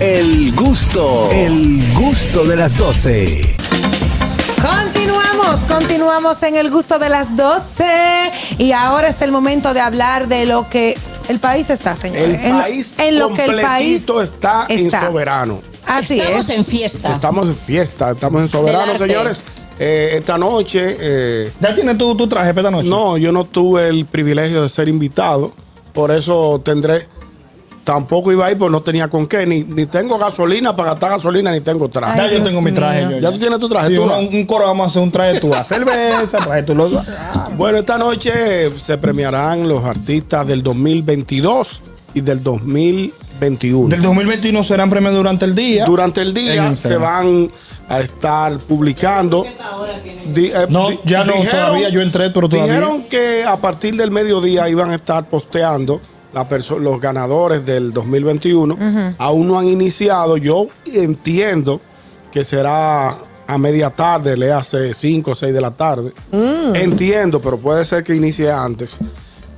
El gusto, el gusto de las 12. Continuamos, continuamos en el gusto de las 12 y ahora es el momento de hablar de lo que el país está, señores. El En lo- país en lo que el país completito está, en está. soberano. Así Estamos es. en fiesta. Estamos en fiesta, estamos en soberano, Del arte. señores. Eh, esta noche, eh, ¿Ya tienes tu, tu traje para esta noche? no, yo no tuve el privilegio de ser invitado, por eso tendré. Tampoco iba a ir, pues no tenía con qué, ni, ni tengo gasolina para gastar gasolina, ni tengo traje. Ya Ay, yo Dios tengo mi traje. mío. yo Ya tú tienes tu traje, Sí, tú, una- ¿no? un, un coro vamos a hacer un traje tú a cerveza, traje tú los. Ah. Bueno, esta noche se premiarán los artistas del 2022 y del 2021. Del 2021 serán premios durante el día. Durante el En día se Instagram. van a estar publicando. Di- eh, No, di- ya no, todavía yo entré, pero todavía. Dijeron que a partir del mediodía iban a estar posteando la perso- los ganadores del 2021. Aún no han iniciado. Yo entiendo que será a media tarde, le hace 5 o 6 de la tarde. Entiendo, pero puede ser que inicie antes.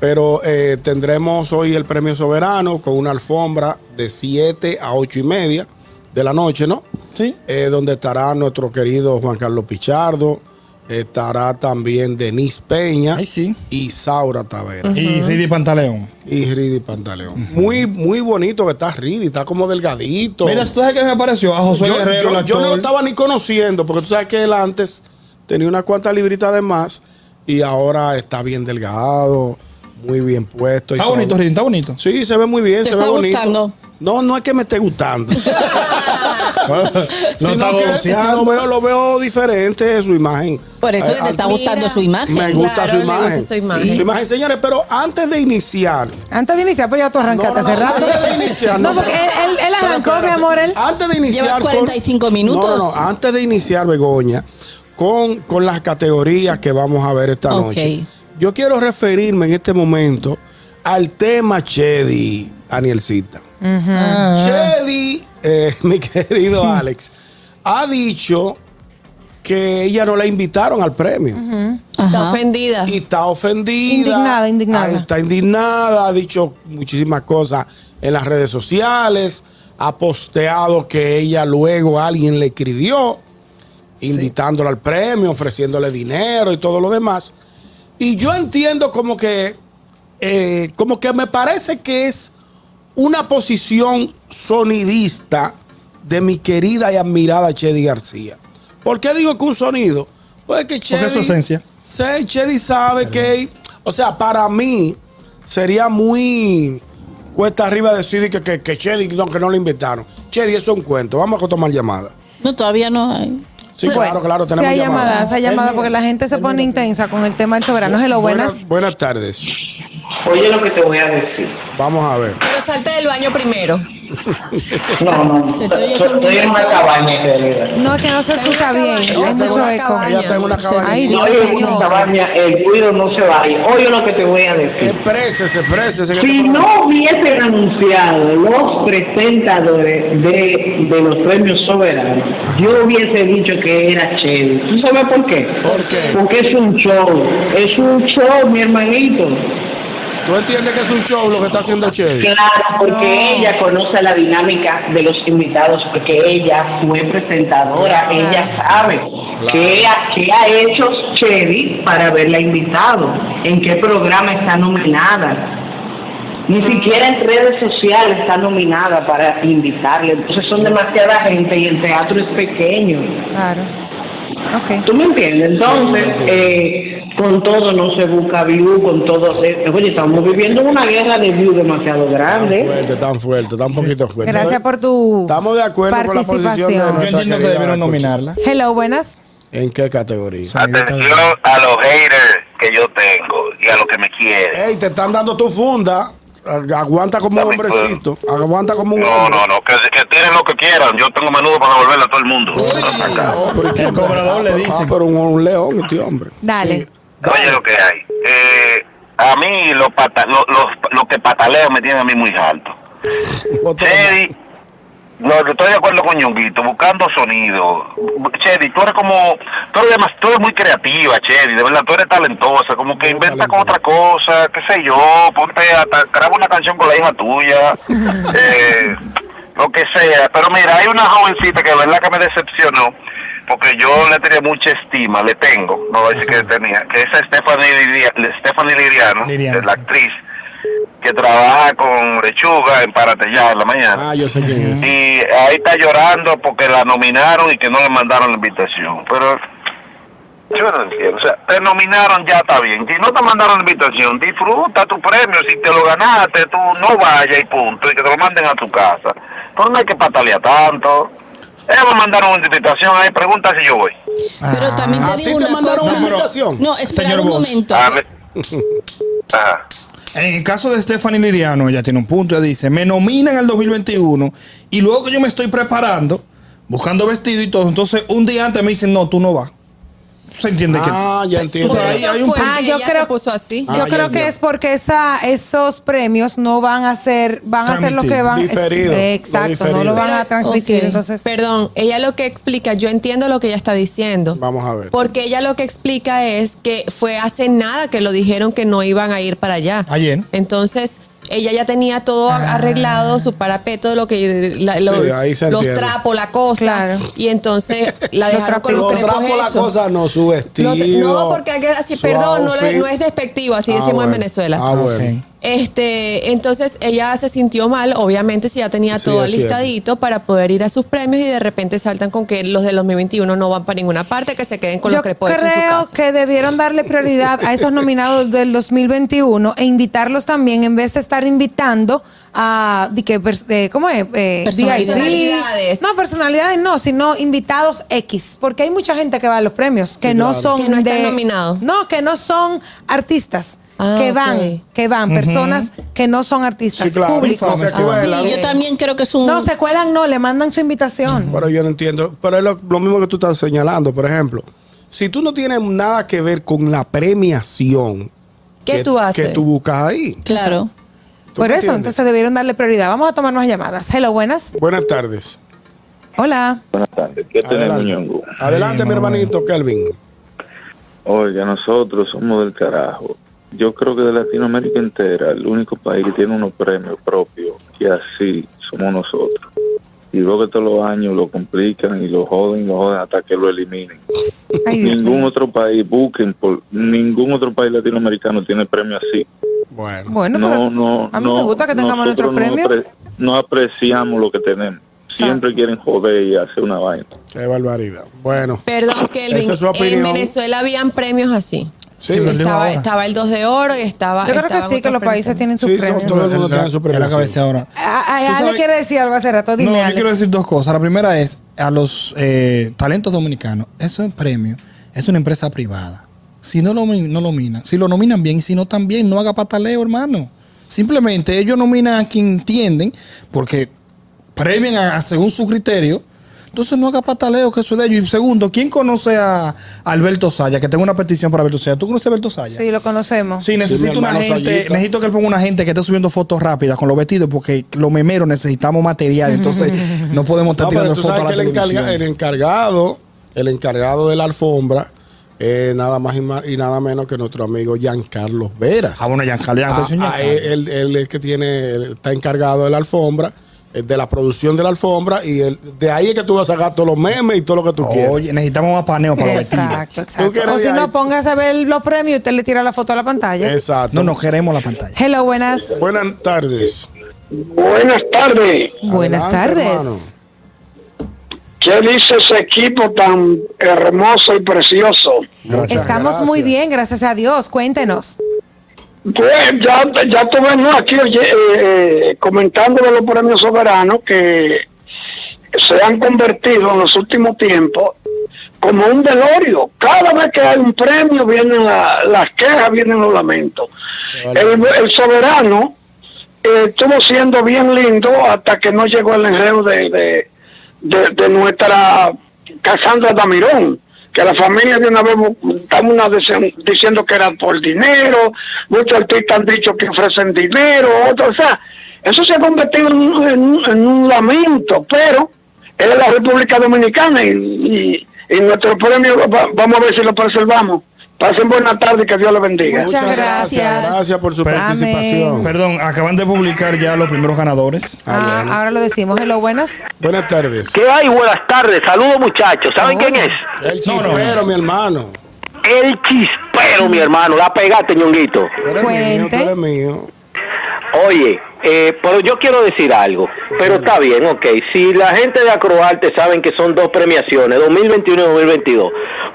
Pero eh, tendremos hoy el premio soberano con una alfombra de 7 a 8 y media de la noche, ¿no? Sí. eh, donde estará nuestro querido Juan Carlos Pichardo, estará también Denise Peña Ay, sí. y Saura Tavera Y Ridi Pantaleón. y Ridi Pantaleón. Muy, muy bonito que está Ridi, está como delgadito. Mira, ¿tú sabes qué me pareció? A José yo, Guerrero, yo- el yo actor. no lo estaba ni conociendo, porque tú sabes que él antes tenía unas cuantas libritas de más y ahora está bien delgado, muy bien puesto. y Está todo. bonito, Ridi, está bonito. Sí, se ve muy bien, ¿Te se ve está bonito. gustando? No, no es que me esté gustando. No Sino está que ah, boceando. lo veo, lo veo diferente su imagen. Por eso Eh, te está al- gustando su imagen. Me gusta Claro, su le gusta imagen. su imagen. Su imagen, señores, pero antes de iniciar. Antes de iniciar, pero ya tú arrancaste No, no, hace no, rato. antes de iniciar, No, no, porque él, pero- él- él pero arrancó, mi espérate, amor. él- Antes de iniciar. Llevas con- 45 minutos. No, no, no, Antes de iniciar, Begoña, con, con las categorías que vamos a ver esta Ok. noche. Yo quiero referirme en este momento al tema Chedi, Anielcita. Ah. Chedi, eh, mi querido Alex, ha dicho que ella no la invitaron al premio. Está ofendida. Y está ofendida. Indignada, indignada. Ah, Está indignada, ha dicho muchísimas cosas en las redes sociales, ha posteado que ella luego alguien le escribió, invitándola al premio, ofreciéndole dinero y todo lo demás. Y yo entiendo como que, eh, como que me parece que es una posición sonidista de mi querida y admirada Chedi García. ¿Por qué digo que un sonido? Pues que Chedi, es su esencia. Sí, Chedi sabe que, o sea, para mí sería muy cuesta arriba decir que, que, que Chedi, no, que no lo invitaron. Chedi, eso es un cuento. Vamos a tomar llamada. No, todavía no hay. Sí, claro, claro, Sí, tenemos hay llamada. llamadas, hay llamadas, porque la gente se pone intensa con el tema del soberano. Hello, buenas. buenas. Buenas tardes. Oye lo que te voy a decir. Vamos a ver. Pero salte del baño primero. No, no. Se te oye so- como un estoy en una eco. cabaña en realidad. No, es que no se escucha cabaña, bien, yo hay tengo mucho una eco. cabaña. Ella está en una Se- cabaña. Ay, No, Dios yo en una señor. cabaña el cuido no se va a ir. Oye lo que te voy a decir. Exprésese, exprésese. que Si te- no hubiesen anunciado los presentadores de, de los premios soberanos, yo hubiese dicho que era Chevy. ¿Tú sabes por qué? ¿Por qué? Porque es un show. Es un show, mi hermanito. ¿Tú entiendes que es un show lo que está haciendo Chedi? Claro, porque ella conoce la dinámica de los invitados, porque ella fue presentadora, ella sabe qué, ha, qué ha hecho Chevy para haberla invitado, en qué programa está nominada. Ni siquiera en redes sociales está nominada para invitarle. Entonces son demasiada gente y el teatro es pequeño. Claro. Ok. ¿Tú me entiendes? Entonces, Sí, entiendo. eh, con todo no se busca view, con todo... eh, oye, estamos viviendo una guerra de view demasiado Tan grande. fuerte, tan fuerte, tan poquito fuerte. Gracias por tu Estamos de acuerdo con la posición de participación. Yo nuestra entiendo que querida debieron Cochi. nominarla. Hello, buenas. ¿En qué categoría? Atención a los haters que yo tengo y a los que me quieren. Ey, te están dando tu funda. Aguanta como un Dame, hombrecito. Aguanta como un No, hombre. no, no, que, que tiren lo que quieran. Yo tengo menudo para devolverle a todo el mundo. Ah, pero ¿y qué El cobrador le Ah, dice. pero un, un león, este hombre. Dale. Oye lo que hay. Eh, a mí los, pata- lo- los, los que pataleo me tienen a mí muy alto. Otro- Chedi, no, yo estoy de acuerdo con Ñonguito, buscando sonido. Chedi, tú eres como, tú eres, demas- tú eres muy creativa, Chedi, de verdad, tú eres talentosa, como que Muy inventa con talentosa. otra cosa, qué sé yo, ponte, a, graba una canción con la hija tuya. eh, lo que sea. Pero mira, hay una jovencita que de verdad que me decepcionó, porque yo le tenía mucha estima, le tengo, no voy a decir que tenía, que es Stephanie, Liria- Stephanie Liriano, Liriano, la sí. actriz que trabaja con lechuga en Paratellado en la mañana. Ah, yo sé quién es. Y ahí está llorando porque la nominaron y que no le mandaron la invitación. Pero yo no entiendo. O sea, te nominaron, ya está bien. Si no te mandaron la invitación, disfruta tu premio. Si te lo ganaste, tú no vayas y punto. Y que te lo manden a tu casa. Pero no hay que patalear tanto. Ellos me mandaron una invitación ahí. Pregunta si yo voy. Pero también Ah. ¿a te ti digo te una mandaron cosa. una invitación? Ah. No, espera Señor un Bosch. momento. A ver. Ah, Ajá. En el caso de Stephanie Liriano, ella tiene un punto, ella dice, me nominan al 2021 y luego que yo me estoy preparando, buscando vestido y todo, entonces un día antes me dicen, no, tú no vas. Se entiende Ah, ya que... O entiendo. sea, ahí Eso hay un... fue Ah, que yo ella creo- se puso así. Ah, Yo ya creo que entiendo. es porque esa, esos premios no van a ser, van a ser los que van Diferido, Eh, lo exacto, no diferido. lo van a transmitir. Ok, Entonces, Perdón, ella lo que explica, yo entiendo lo que ella está diciendo. Vamos a ver. Porque ella lo que explica es que fue hace nada que lo dijeron que no iban a ir para allá. Ayer. Entonces, ella ya tenía todo Ah. arreglado, su parapeto, lo que la- lo- Sí, ahí se los entiende. trapos, la cosa. Claro. Y entonces la dejaron con los Lo trapos trapo la hechos. cosa, no, su vestido. No, te- no, porque hay que así, su perdón, no, le- outfit. no es despectivo, así Ah, decimos bueno. en Venezuela. Ah, bueno. Ok. Este, entonces ella se sintió mal, obviamente, si ya tenía Sí, todo es cierto. listadito para poder ir a sus premios y de repente saltan con que los del 2021 no van para ninguna parte, que se queden con yo los crepos hechos en su creo casa. que debieron darle prioridad a esos nominados del 2021 e invitarlos también en vez de estar invitando a di que, pers- eh, ¿cómo es? Eh, Personalidades. VIP. No, personalidades no, sino invitados X, porque hay mucha gente que va a los premios que Sí, no claro. son Que no están de- nominados. No, que no son artistas. Ah, que ok. van, que van, personas que no son artistas Sí, claro. públicos. O sea, que Ah, bueno, Sí, yo también creo que es un... No, se cuelan, no, le mandan su invitación. Pero yo no entiendo. Pero es lo, lo mismo que tú estás señalando, por ejemplo. Si tú no tienes nada que ver con la premiación, ¿Qué que- tú haces? Que tú buscas ahí. Claro. ¿Tú Por me eso, entiendes? entonces debieron darle prioridad. Vamos a tomar unas llamadas. Hello, buenas. Buenas tardes. Hola. Buenas tardes, ¿qué tenemos, Adelante, Ñongo? Adelante, mi hermanito Kelvin. Oiga, nosotros somos del carajo. Yo creo que de Latinoamérica entera, el único país que tiene unos premios propios, y así somos nosotros. Y luego que todos los años lo complican y lo joden, lo joden hasta que lo eliminen. Ay, Dios ningún mío. otro país, busquen, por, ningún otro país latinoamericano tiene premio así. Bueno. Bueno, No, pero no, a mí no, me gusta que tengamos nuestro nosotros no premio. apre- No, apreciamos lo que tenemos. Siempre quieren joder y hacer una vaina. Qué barbaridad. Bueno. Perdón, Kelvin, Esa es su opinión. en Venezuela habían premios así. Sí, Sí, sí, lo- Estaba, ahora. estaba el 2 de oro y estaba. Yo creo que estaban sí, que otros los premios países también. tienen sus Sí, son premios. todos. Todo el mundo tiene su la premiación. cabeza ahora. A- Tú a- Ale sabes- quiere decir algo hace rato, dime no, Alex. yo quiero decir dos cosas. La primera es a los eh, talentos dominicanos. Eso es premio. Es una empresa privada. Si no lo, min- no lo minan, si lo nominan bien, y si no también, no haga pataleo, hermano. Simplemente ellos nominan a quien entienden, porque premian a- a según su criterio. Entonces no haga pataleo, que eso es de ellos. Y segundo, ¿quién conoce a Alberto Saya? Que tengo una petición para Alberto Saya. ¿Tú conoces a Alberto Saya? Sí, lo conocemos. Sí, necesito mi una hermano gente, Sayita. necesito que él ponga una gente que esté subiendo fotos rápidas con los vestidos, porque los memeros necesitamos material, entonces no podemos estar No, pero tirando tú fotos a sabes la que el, televisión. encarga- el encargado, el encargado de la alfombra, eh, nada más y, ma- y nada menos que nuestro amigo Giancarlo Veras. Ah, bueno, Giancarlo, Ah, Giancarlo, ah, Giancarlo. él, él es que tiene, él está encargado de la alfombra, eh, de la producción de la alfombra, y él- de ahí es que tú vas a sacar todos los memes y todo lo que tú quieras. Oye, necesitamos más paneo para los vestidos. Exacto, exacto. quieres O si de ahí- no, póngase a ver los premios y usted le tira la foto a la pantalla. Exacto. No, no queremos la pantalla. Hello, buenas. Buenas tardes. Buenas tardes. Buenas Adelante, tardes. ¿Qué dice ese equipo tan hermoso y precioso? Gracias, Estamos gracias. muy bien, gracias a Dios. Cuéntenos. Pues ya, ya tuvimos aquí oye, eh, eh, comentando de los premios soberanos que se han convertido en los últimos tiempos como un velorio. Cada vez que hay un premio vienen la- las quejas, vienen los lamentos. El, el soberano eh, estuvo siendo bien lindo hasta que no llegó el enredo de, de, de- de nuestra Cassandra Damirón, que la familia de una vez estamos diciendo que era por dinero, muchos artistas han dicho que ofrecen dinero, otros, o sea, eso se ha convertido en, un- en un- en un lamento, pero eh, es la República Dominicana y, y- y nuestro premio va- vamos a ver si lo preservamos. Pasen buena tarde y que Dios les bendiga. Muchas Muchas gracias. gracias. Gracias por su Amén. participación. Perdón, acaban de publicar ya los primeros ganadores. Ah, ahora lo decimos. Hello, buenas. Buenas tardes. ¿Qué hay? Buenas tardes. Saludos, muchachos. Ah. ¿Saben quién es? El chispero, mi hermano. El chispero, mi hermano. La pegaste, ñonguito. Tú eres mío, tú eres mío. Oye, eh, pero yo quiero decir algo. Pero está bien, ok. Si la gente de Acroarte saben que son dos premiaciones, 2021 y 2022,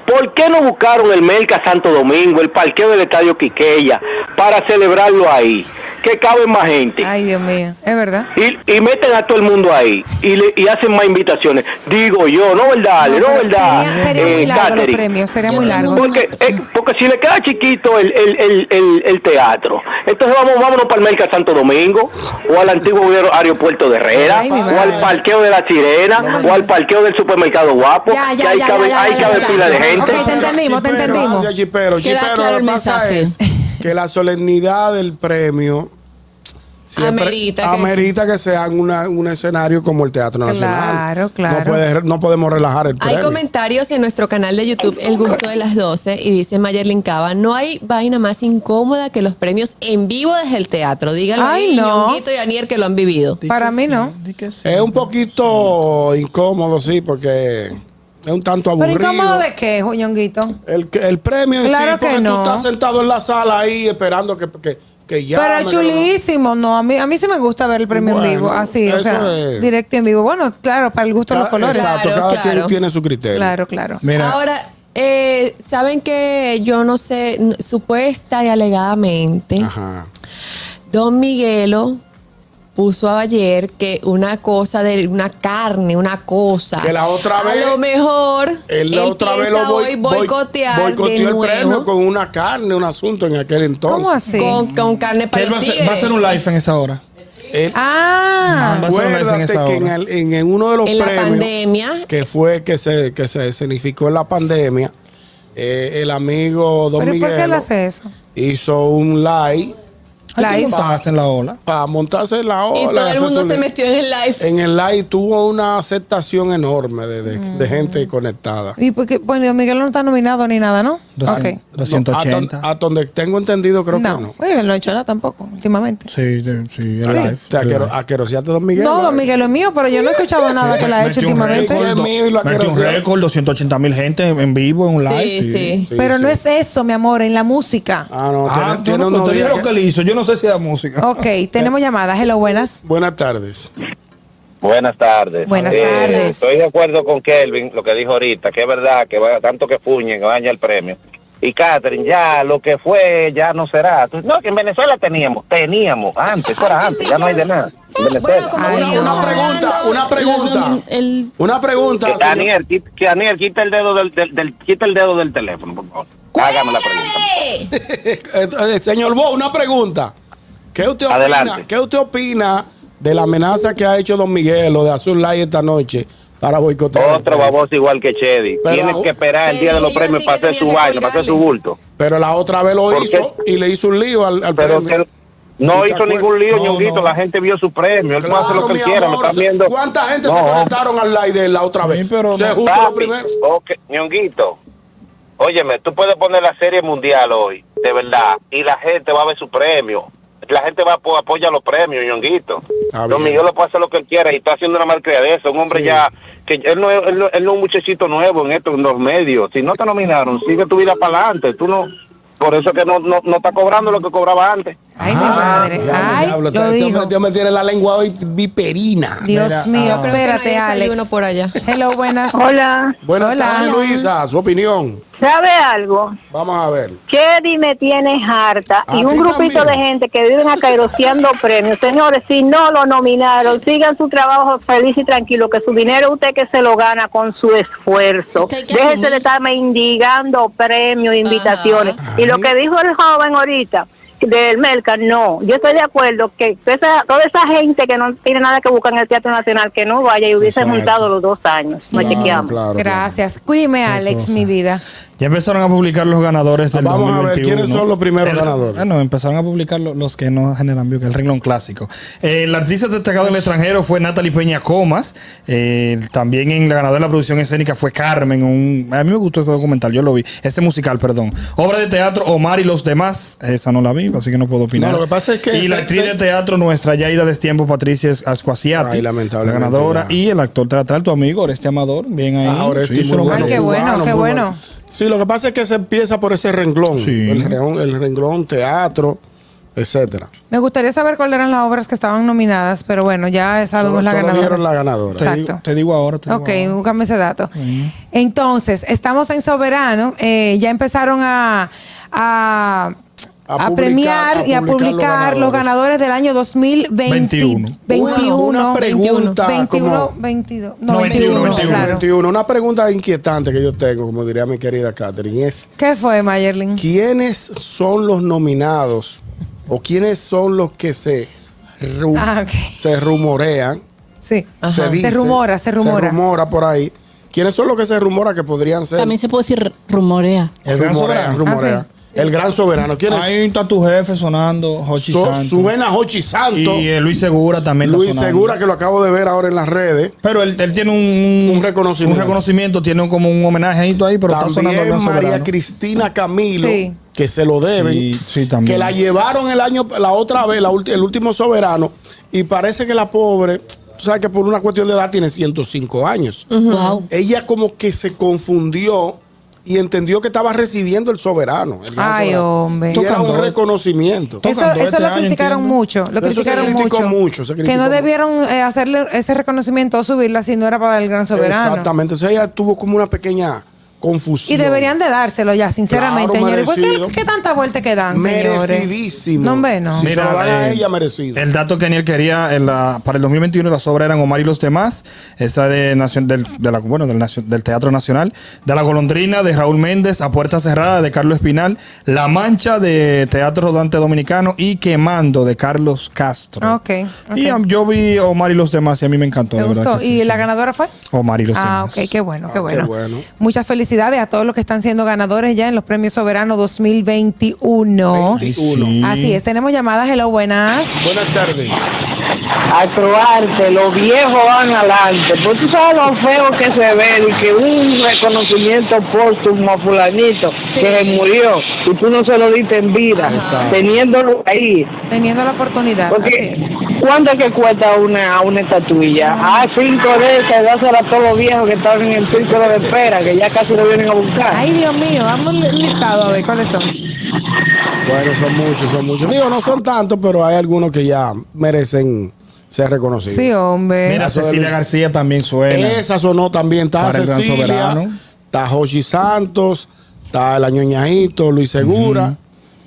¿por qué no buscaron el Melca Santo Domingo, el parqueo del Estadio Quiqueya, para celebrarlo ahí? Que cabe más gente. Ay, Dios mío. Es verdad. Y, y meten a todo el mundo ahí y, le- y halen más invitaciones. Digo yo, no verdad, Ale? no, Pero verdad. Sería, sería eh, muy largo los Catherine? premios. Sería muy largo. Porque, eh, porque si le queda chiquito el, el, el, el, el teatro, entonces vamos, vámonos para el Merca Santo Domingo, o al antiguo aer- aeropuerto de Herrera, Ay, mi o madre. al parqueo de la Sirena, o al parqueo del supermercado Guapo, Ya, que ya, ahí ya, cabe, ya, ahí ya, cabe ya, ya. pila de gente. Ok, te entendimos, te entendimos. Gracias, Chipero. Queda Chipero, claro lo que el pasa mensaje. es que la solemnidad del premio siempre Amerita que amerita que, sea en una- un escenario como el Teatro Nacional. Claro, claro. No, puede- no podemos relajar el Hay premio. comentarios en nuestro canal de YouTube El Gusto de las 12 y dice Mayerlin Cava, no hay vaina más incómoda que los premios en vivo desde el teatro. Díganlo Ay, ahí, no. Ñonguito y Anier que lo han vivido. Para mí no. Es un poquito incómodo, sí, porque es un tanto Pero aburrido. incómodo de qué, Joñonguito? El, el premio en Claro sí, porque que no. tú estás sentado en la sala ahí esperando que, que, que llamen, Pero es que- chulísimo, no, a mí, a mí sí me gusta ver el premio Bueno, en vivo, así, o eso sea, es. directo en vivo. Bueno, claro, para el gusto de los Cada- colores. Exacto, cada quien tiene su criterio. Claro, claro. Ahora, eh, saben que yo no sé, n- supuesta y alegadamente, Ajá. Don Miguelo puso ayer que una cosa de una carne, una cosa. Que la otra a vez- lo mejor Él la él otra vez piensa lo boy- hoy boy- boicotear boicoteó de el nuevo. premio con una carne, un asunto en aquel entonces. Con, con carne para Él va, a los hacer, va a tigres. hacer un live en esa hora. Él- Ah, Va a hacer un live en Acuérdate esa que en, hora. el- en- en uno de los En la premios pandemia. que fue que se que se escenificó en la pandemia, eh, el amigo Don ¿Pero ¿y por qué él Miguel hace eso? hizo un live Hay Live. que montarse en la ola. para montarse en la ola. Y todo el hacer mundo su- se metió en el live. En el live tuvo una aceptación enorme de, de- Mm. de gente conectada. Y porque, bueno, Don Miguel no está nominado ni nada, ¿no? Ok. 280. No, a, don- a donde tengo entendido creo No, que no. Oye, él no ha hecho nada tampoco últimamente. Sí, sí, sí, el live. Te aquero- aqueroseaste a Don eh. Miguel. no, ¿vale? Don Miguel es mío, pero yo no he escuchado nada Ah, que le ha hecho Metió un últimamente. récord, El mío y lo metió un aqueroseó. récord, 280 mil gente en vivo, en un live. sí, sí. Sí, Pero no sí. es eso, mi amor, en la música. Ah, no, Ah, tiene, ¿eh? tú tiene no- unos tú días vieron que- lo que le hizo. Yo no sé si era música. Ok, tenemos llamadas. Hello, buenas. Buenas tardes. Buenas tardes. Eh, Buenas tardes. Estoy de acuerdo con Kelvin, lo que dijo ahorita, que es verdad que va, tanto que puñen, que vaya el premio. Y Catherine, ya lo que fue, ya no será. Tú- No, que en Venezuela teníamos, teníamos, antes, eso era antes, ya no hay de nada. En Venezuela. Una, una pregunta, una pregunta. Una pregunta. que, señor. Aniel, quit- que Aniel, quita el dedo del, del- del- quita el dedo del teléfono, por favor. Hágame la pregunta. Eh, eh, señor Bo, una pregunta. ¿Qué usted, opina, Adelante. ¿Qué usted opina de la amenaza que ha hecho Don Miguel o de hacer un live esta noche para boicotear? el Otro premio? baboso igual que Chedi. Pero- Tienes que esperar el día de los premios para hacer su vaina, para hacer su bulto. Pero la otra vez lo ¿Por hizo y le hizo un lío al, al Pero premio. que no ¿Te hizo acuerdas? ningún lío, No, Ñonguito. no. La gente vio su premio. Él puede hacer lo Claro, que él mi quiera. amor, lo están viendo. ¿Cuánta gente se No, eh. conectaron al live de la otra vez? se no. juntó lo Papi, primero. ok, Ñonguito, óyeme, tú puedes poner la serie mundial hoy, de verdad, y la gente va a ver su premio. La gente va a apo- apoyar los premios, Ñonguito. Ah, Don bien. Miguel lo puede hacer lo que él quiera y está haciendo una malcriadeza. Un hombre ya, que él no, es- él, no, él no es un muchachito nuevo en esto, en los medios. Si no te nominaron, sigue tu vida para adelante. Tú no, por eso que no, no, no está cobrando lo que cobraba antes. Ay, mi madre. Diablo, Ay, diablo, lo este hombre- digo. este hombre tiene la lengua hoy viperina. Dios ah. mío, Ah. espérate, uno Alex. por allá. Hello, buenas. Hola, Buenas Hola. tardes, Luisa. Su opinión. ¿sabe algo? Vamos a ver. Chedi me tiene harta A y un ti grupito también. de gente que viven acairoseando premios. Señores, si no lo nominaron, sigan su trabajo feliz y tranquilo, que su dinero usted que se lo gana con su esfuerzo. Usted hay que Déjese asumir. de estar mendigando premios, invitaciones. Y lo que dijo el joven ahorita del Melca, no, yo estoy de acuerdo que esa- toda esa gente que no tiene nada que buscar en el Teatro Nacional, que no vaya y hubiese Exacto. multado los dos años. Nos Claro, chequeamos. claro, claro. Gracias. Cuídeme, Alex, mi vida. Ya empezaron a publicar los ganadores del Vamos a ver, 2021. ¿quiénes son los primeros El- ganadores? Bueno, empezaron a publicar lo- los que no generan views, que es el renglón clásico. Eh, el artista destacado en el extranjero fue Natalie Peña Comas. Eh, también en la ganadora de la producción escénica fue Carmen. un- a mí me gustó ese documental, yo lo vi. Este musical, perdón. Obra de teatro Omar y los demás. Esa no la vi, así que no puedo opinar. No, lo que pasa es que y la se- actriz se- de teatro nuestra, Yaida Destiempo, Patricia Ascuasiati. Ay, La lamentablemente ganadora. Y el actor teatral, tu amigo, Oreste Amador. Bien ahí. Ah, Oresti, Sí, muy hizo lo bueno. bueno. muy Sí, lo que pasa es que se empieza por ese renglón. El, renglón el renglón teatro, etcétera. Me gustaría saber cuáles eran las obras que estaban nominadas, pero bueno, ya sabemos Solo, la solo ganadora. dieron la ganadora. Te, digo, te digo ahora. Te digo Ok, búscame ese dato. Entonces, estamos en Soberano. eh, ya empezaron a, a, A a publicar- premiar a y a publicar los publicar los ganadores, del año 2021. 21. Una- una pregunta 21, como- 22. No, No, 21, claro. 21. Una pregunta inquietante que yo tengo, como diría mi querida Catherine, es ¿Qué fue, Mayerlin? ¿quiénes son los nominados o quiénes son los que se, ru- Ah, ok. se rumorean? Sí, se, Ajá. dice, se rumora, se rumora. por ahí. ¿Quiénes son los que se rumora que podrían ser? También se puede decir rumorea. El gran soberano. rumorea. Ah, El gran soberano. ¿Quién es? Ahí está tu jefe sonando, Hochi So- Santos. suben a Hochi Santos. Y eh, Luis Segura también Luis está sonando. Segura, que lo acabo de ver ahora en las redes. Pero él, él tiene un, Un reconocimiento. un reconocimiento, tiene como un homenaje ahí, ahí pero está sonando el También gran María soberano. Cristina Camilo, Sí. que se lo deben. Sí, sí, también. Que la llevaron el año, la otra vez, la ulti- el último soberano, y parece que la pobre, tú sabes que por una cuestión de edad tiene 105 años. Ujú. Wow. Ella como que se confundió y entendió que estaba recibiendo el soberano. el gran Ay, soberano. hombre. Y era un Tocando. reconocimiento. Eso, eso lo criticaron mucho, lo este Eso se criticaron criticó mucho, mucho, se que criticó no mucho. debieron eh, hacerle ese reconocimiento o subirla si no era para el gran soberano. Exactamente. Entonces ella tuvo como una pequeña Y confusión. deberían de dárselo ya, sinceramente, Claro, señores. ¿Por merecido. qué, qué tanta vuelta que dan, Merecidísimo. señores? No, hombre, no. Si se lo dan a eh, ella, merecido. El dato que Aniel quería en la- para el 2021, las obras eran Omar y los demás, esa de, Nación, del, de la- bueno, del, Nacio- del Teatro Nacional, de La Golondrina, de Raúl Méndez, A Puerta Cerrada, de Carlos Espinal, La Mancha, de Teatro Rodante Dominicano y Quemando, de Carlos Castro. Ok. ok. Y um, yo vi Omar y los demás y a mí me encantó. ¿Te de verdad gustó? que sí. ¿Y la ganadora fue? Este Omar y los Ah, demás. ok, qué bueno, qué bueno. bueno. Muchas felicidades a todos los que están siendo ganadores ya en los premios soberanos 2021. Sí. Así es, tenemos llamadas, hello, buenas. Buenas tardes. a probarte, los viejos van adelante. Pues tú sabes lo feo que se ve y que un reconocimiento póstumo a fulanito que se murió y tú no se lo diste en vida, teniéndolo ahí. Teniendo la oportunidad. Porque, ¿Cuánto es que cuesta una, una estatuilla? Ah, cinco de esas, dáselas a todos los viejos que están en el círculo de espera, que ya casi lo vienen a buscar. Ay, Dios mío, vamos un listado a ver cuáles son. Bueno, son muchos, son muchos. Digo, no son tantos, pero hay algunos que ya merecen ser reconocidos. Sí, hombre. Mira, Cecilia García también suena. Esa sonó también. Está Para el gran Cecilia, soberano. está Joshi Santos, está la ñoñajito, Luis Segura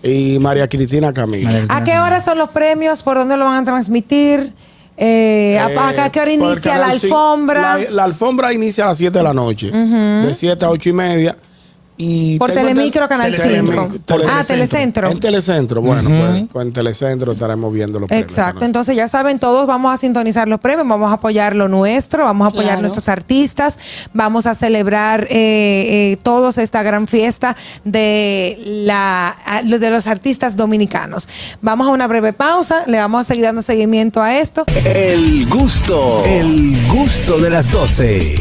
y María Cristina Camilo. ¿A Ah, qué hora son los premios? ¿Por dónde lo van a transmitir? Eh, ¿a- ¿A qué hora Eh, por el inicia la canal, sí. alfombra? La, la alfombra inicia a las 7 de la noche, Ujú. de 7 a 8 y media. Y Por tengo enten- Telemicro, Canal Telemicro, cinco. Ah, Telecentro. En Telecentro, bueno, Ujú. pues, pues en Telecentro estaremos viendo los premios. Exacto, entonces ya saben, todos vamos a sintonizar los premios, vamos a apoyar lo nuestro, vamos a apoyar Claro. nuestros artistas, vamos a celebrar eh, eh, todos esta gran fiesta de, la, a- de los artistas dominicanos. Vamos a una breve pausa, le vamos a seguir dando seguimiento a esto. El gusto, el gusto de las 12.